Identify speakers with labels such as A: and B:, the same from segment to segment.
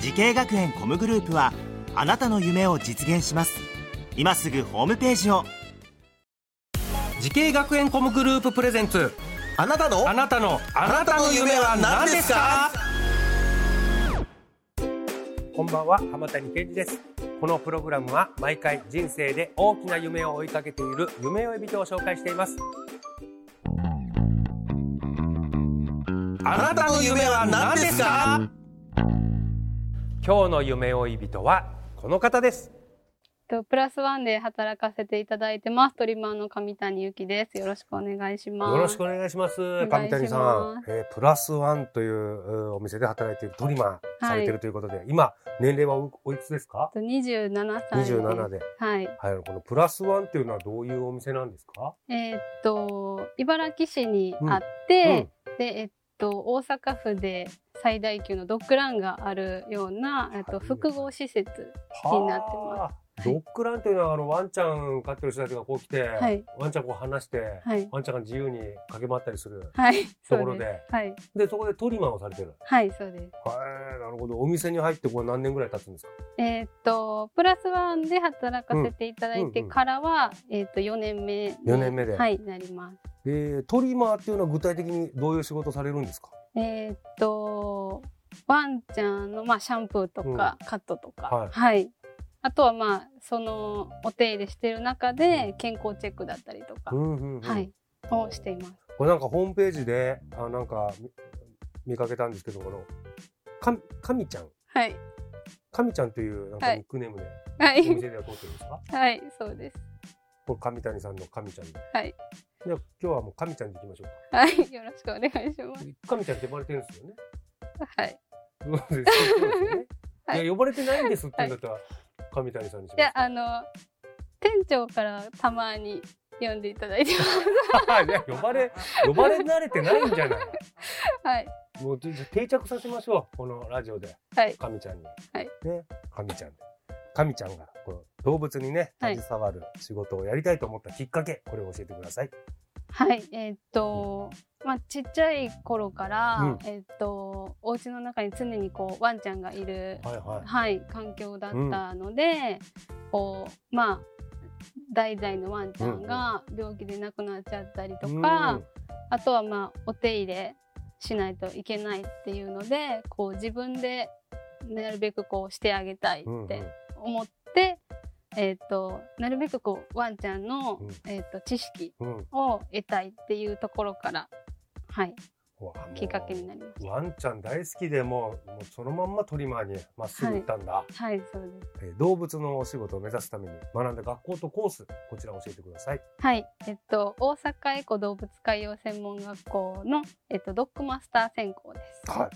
A: 時系学園コムグループはあなたの夢を実現します今すぐホームページを
B: 時系学園コムグループプレゼンツ
C: あなたの
B: あなたのあなたの夢は何ですか
D: こんばんは浜谷健二ですこのプログラムは毎回人生で大きな夢を追いかけている夢追い人を紹介しています
B: あなたの夢は何ですか
D: 今日の夢追い人はこの方です
E: とプラスワンで働かせていただいてます。トリマーの上谷由紀です。よろしくお願いします。
D: よろしくお願いします
E: お
D: 上
E: 願いします
D: 谷さん、えープラスワンといううんお店で働いているトリマーされているということで、今年齢はおおいくつですか
E: と27歳です。
D: 27で、
E: はい。
D: はい、このプラスワンっていうのはどういうお店なんですか
E: えーっと、茨城市にあって、で、えっと、大阪府で最大級のドッグランがあるような、えっと、
D: はい
E: 複合施設。
D: はあ
E: になってま
D: ドッグランというのはあのワンちゃん飼ってる人たちがこう来て、
E: い
D: ワンちゃんこう離して、
E: はい。
D: ワンちゃんが自由に駆け回ったりする
E: はい。
D: と
E: そ
D: こ
E: う
D: ろ
E: です。
D: で
E: はい。
D: でそこでトリマーをされてる
E: はい、そうです。
D: はいなるほどお店に入ってこれ何年ぐらい経つんですか
E: えーっと、プラスワンで働かせていただいてからは、えーっと、4年目に。
D: 四年目で
E: はい、なります。
D: でトリマーっていうのは具体的にどういう仕事されるんですか
E: えーっと、ワンちゃんの、まあ、シャンプーとか、カットとか、
D: は
E: はいい。あとは、まあ、その、お手入れしてる中で、健康チェックだったりとか、
D: んうん、うん
E: はい、をしています。
D: これなんかホームページであなんかみ見かけたんですけどこのかかみちゃん
E: はい。
D: かみちゃんというなんか
E: はい
D: ニックネームで
E: は
D: お
E: い。
D: 店では通ってるんですか、
E: はい、そうです。
D: これ上谷さんの上ちゃんで
E: はい。
D: じゃあ今日はもう上ちゃんでいきましょう
E: はい。 よろしくお願いします。
D: か上ちゃんって呼ばれてるんです よね
E: はい。
D: そうですそうですよね、
E: はい
D: い、や呼ばれてないんですって言うんだったら上谷さんにし
E: じゃ
D: ま
E: あ、あの、店長からたまに呼んでいただいてます。
D: すいや呼ばれ呼ばれ慣れてないんじゃない
E: はい。
D: もうじゃあ定着させましょうこのラジオで
E: はい。
D: 神ちゃんに、
E: はい
D: ね神ちゃん神ちゃんがこう動物にね
E: はい
D: 携わる仕事をやりたいと思ったきっかけ、これを教えてください。
E: はい、えーっと、まあ、ちっちゃい頃から、
D: うん
E: えーっと、お家の中に常にこう、ワンちゃんがいる、
D: はいは
E: はい、環境だったので、こう、まあ、代々のワンちゃんが病気で亡くなっちゃったりとか、あとはまあ、お手入れしないといけないっていうので、こう、自分でなるべくこう、してあげたいって、
D: うんうんうん
E: 思って、えーっと、なるべくこう、ワンちゃんの、
D: うん
E: えーっと、知識、
D: うん、うん
E: を得たいっていうところから、はい、
D: うわもう
E: きっかけになりまし
D: ワンちゃん大好きでもうもうそのまんまトリマーにまっすぐ行ったんだ、
E: た。はい、そうです。
D: えー動物のお仕事を目指すために学んだ学校とコースこちら教えてください。
E: はい、えっと、大阪エコ動物海洋専門学校の、えっと、ドッグマスター専攻です。
D: はい。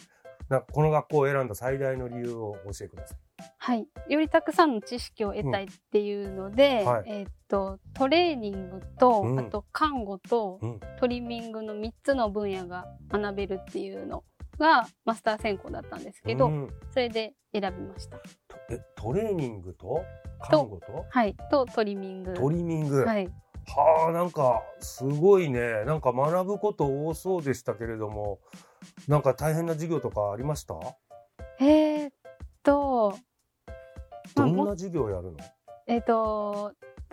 D: なんかこの学校を選んだ最大の理由を教えてください。
E: はい、よりたくさんの知識を得たいっていうので、
D: うんはい
E: えっと、トレーニングと、
D: うん
E: あと看護と、
D: うん
E: トリミングの3つの分野が学べるっていうのがマスター専攻だったんですけど、
D: うん
E: それで選びました。
D: とえトレーニングと看護と
E: はい、とトリミング。
D: トリミング。は
E: はい、
D: あなんかすごいねなんか学ぶこと多そうでしたけれどもなんか大変な授業とかありました
E: えーっと、ま
D: ど
E: あ
D: んな
E: も
D: 授業やるの、
E: えーっと、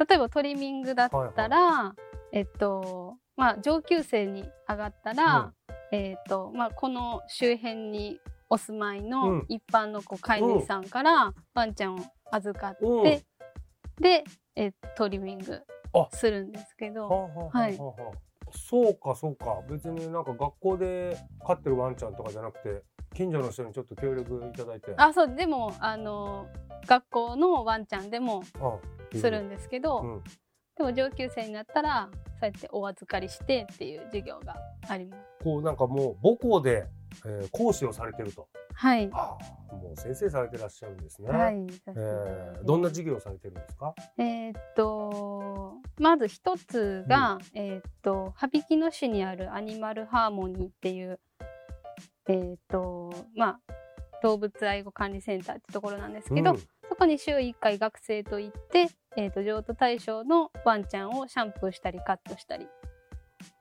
E: 例えばトリミングだったら、えーっと、まあ、上級生に上がったら、えーっと、まあ、この周辺にお住まいうの
D: ん
E: 一般のこう飼い主さんからワンちゃんを預かって、
D: うん
E: でで、えーっとトリミング
D: あ
E: するんですけ
D: はあ
E: ど、
D: はあはあ
E: はい
D: はあはあそうかそうか別になんか学校で飼ってるワンちゃんとかじゃなくて近所の人にちょっと協力いただいて
E: あ、そう、でも、あの、学校のワンちゃんでも
D: うん
E: するんですけど、
D: うん
E: でも上級生になったらそうやってお預かりしてっていう授業があります。
D: こうなんかもう母校で、えー講師をされてると
E: はい。
D: ああもう先生されてらっしゃるんですね。
E: はい。させてい
D: え
E: ただい
D: ー
E: て
D: どんな授業をされてるんですか。
E: えーっとまず一つが、えーっと羽曳野市にあるアニマルハーモニーっていうえーっとまあ動物愛護管理センターってところなんですけ
D: う
E: ど、
D: ん
E: そこに週1回学生と行って、えーっと譲渡対象のワンちゃんをシャンプーしたりカットしたり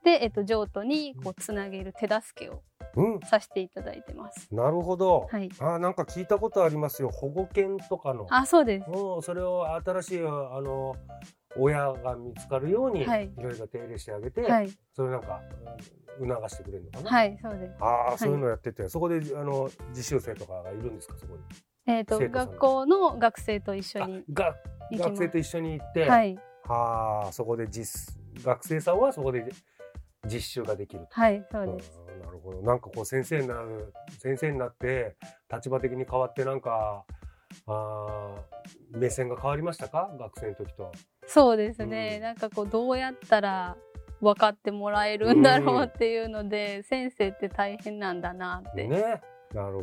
E: で、えーっと譲渡にこうつなげる手助けを
D: うん、
E: させていただいてます。
D: なるほど。
E: はい、
D: ああなんか聞いたことありますよ保護犬とかの。
E: あそうです
D: もうそれを新しいあの親が見つかるようにい
E: はい
D: ろいろ手入れしてあげて、
E: はい
D: それなんかうん促してくれるのかな。
E: はいそうです
D: ああ
E: い
D: そういうのやってて、そこであの実習生とかがいるんですかそこに。
E: えーっと
D: 生徒さん
E: 学校の学生と一緒
D: あ
E: に
D: が
E: 行きます
D: 学生と一緒に行って、
E: はい
D: ああそこで実学生さんはそこで実習ができると。
E: はい、そううんです。
D: なるほどなんかこう先生になる先生になって立場的に変わってなんかあー目線が変わりましたか学生の時と。
E: そうですね。
D: うん
E: なんかこうどうやったら分かってもらえるんだろうっていうので、先生って大変なんだなって。
D: ね。なる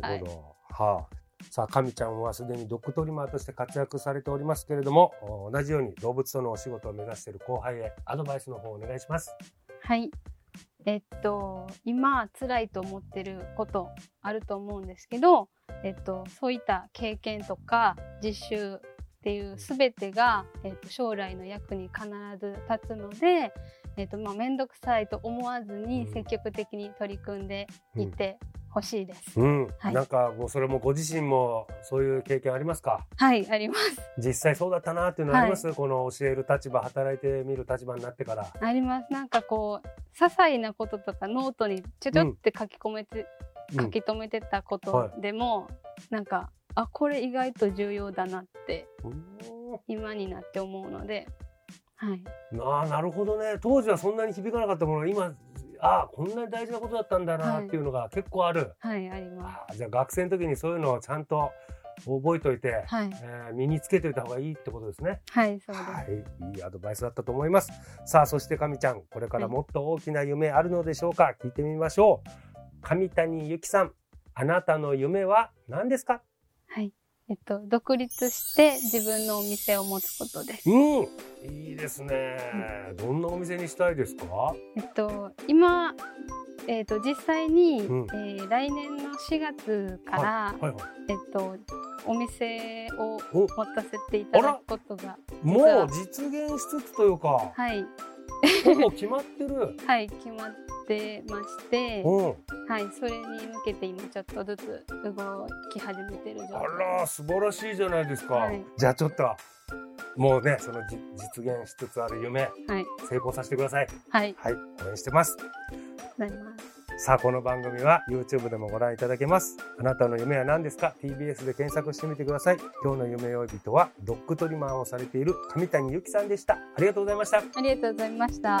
D: ほど。は
E: はいい、
D: さあ、かみちゃんはすでにドッグトリマーとして活躍されておりますけれども、お同じように動物とのお仕事を目指している後輩へアドバイスの方お願いします。
E: はい。えっと今辛いと思ってることあると思うんですけど、えっとそういった経験とか実習っていうすべてが、えっと、将来の役に必ず立つので、えっとまあ面倒くさいと思わずに積極的に取り組んでいってほしいです。
D: うん。
E: はい
D: なんかもうそれもご自身もそういう経験ありますか
E: はい、あります。
D: 実際そうだったなっていうのあります、この教える立場、働いてみる立場になってから。
E: ありますなんかこう些細なこととかノートにちょちょって書き込めて、
D: うん
E: 書き留めてたこ
D: は
E: とでも、なんかあこれ意外と重要だなって
D: う
E: 今になって思うので、はい、
D: んああ、なるほどね。当時はそんなに響かなかったものが今、ああ、こんなに大事なことだったんだなっていうのが結構ある。
E: はい、ありま
D: あーじゃあ学生の時にそういうのをちゃんと覚えておいて、
E: す。はい、
D: えー身につけておいた方がいいってことですね。
E: はい、そうです。
D: はい、いいアドバイスだったと思います。さあ、そして神ちゃん、これからもっと大きな夢あるのでしょうか、聞いてみましょう。神谷由紀さん、あなたの夢は何ですか
E: はい、えっと独立して自分のお店を持つことです。
D: うん、いいですね。どんなお店にしたいですか
E: えっと今えっと実際に、
D: うん
E: えー来年の4月から、
D: はいはい。
E: えっとお店を
D: お
E: 持たせていただくことが実
D: も
E: は
D: う実現しつつというか、
E: はい
D: ほぼ決まってる。
E: はい決まってまして、
D: うん。
E: はいそれに向けて今ちょっとずつ動き始めてる状
D: あ
E: 態
D: ら素晴らしいじゃないですか、
E: はい
D: じゃあちょっともうねそのじ実現しつつある夢
E: はい
D: 成功させてください
E: はい
D: はい応援してます
E: なります
D: さあこの番組は YouTube でもご覧いただけますあなたの夢は何ですか TBS で検索してみてください今日の夢追い人はドッグトリマーをされている上谷由紀さんでしたありがとうございました
E: ありがとうございました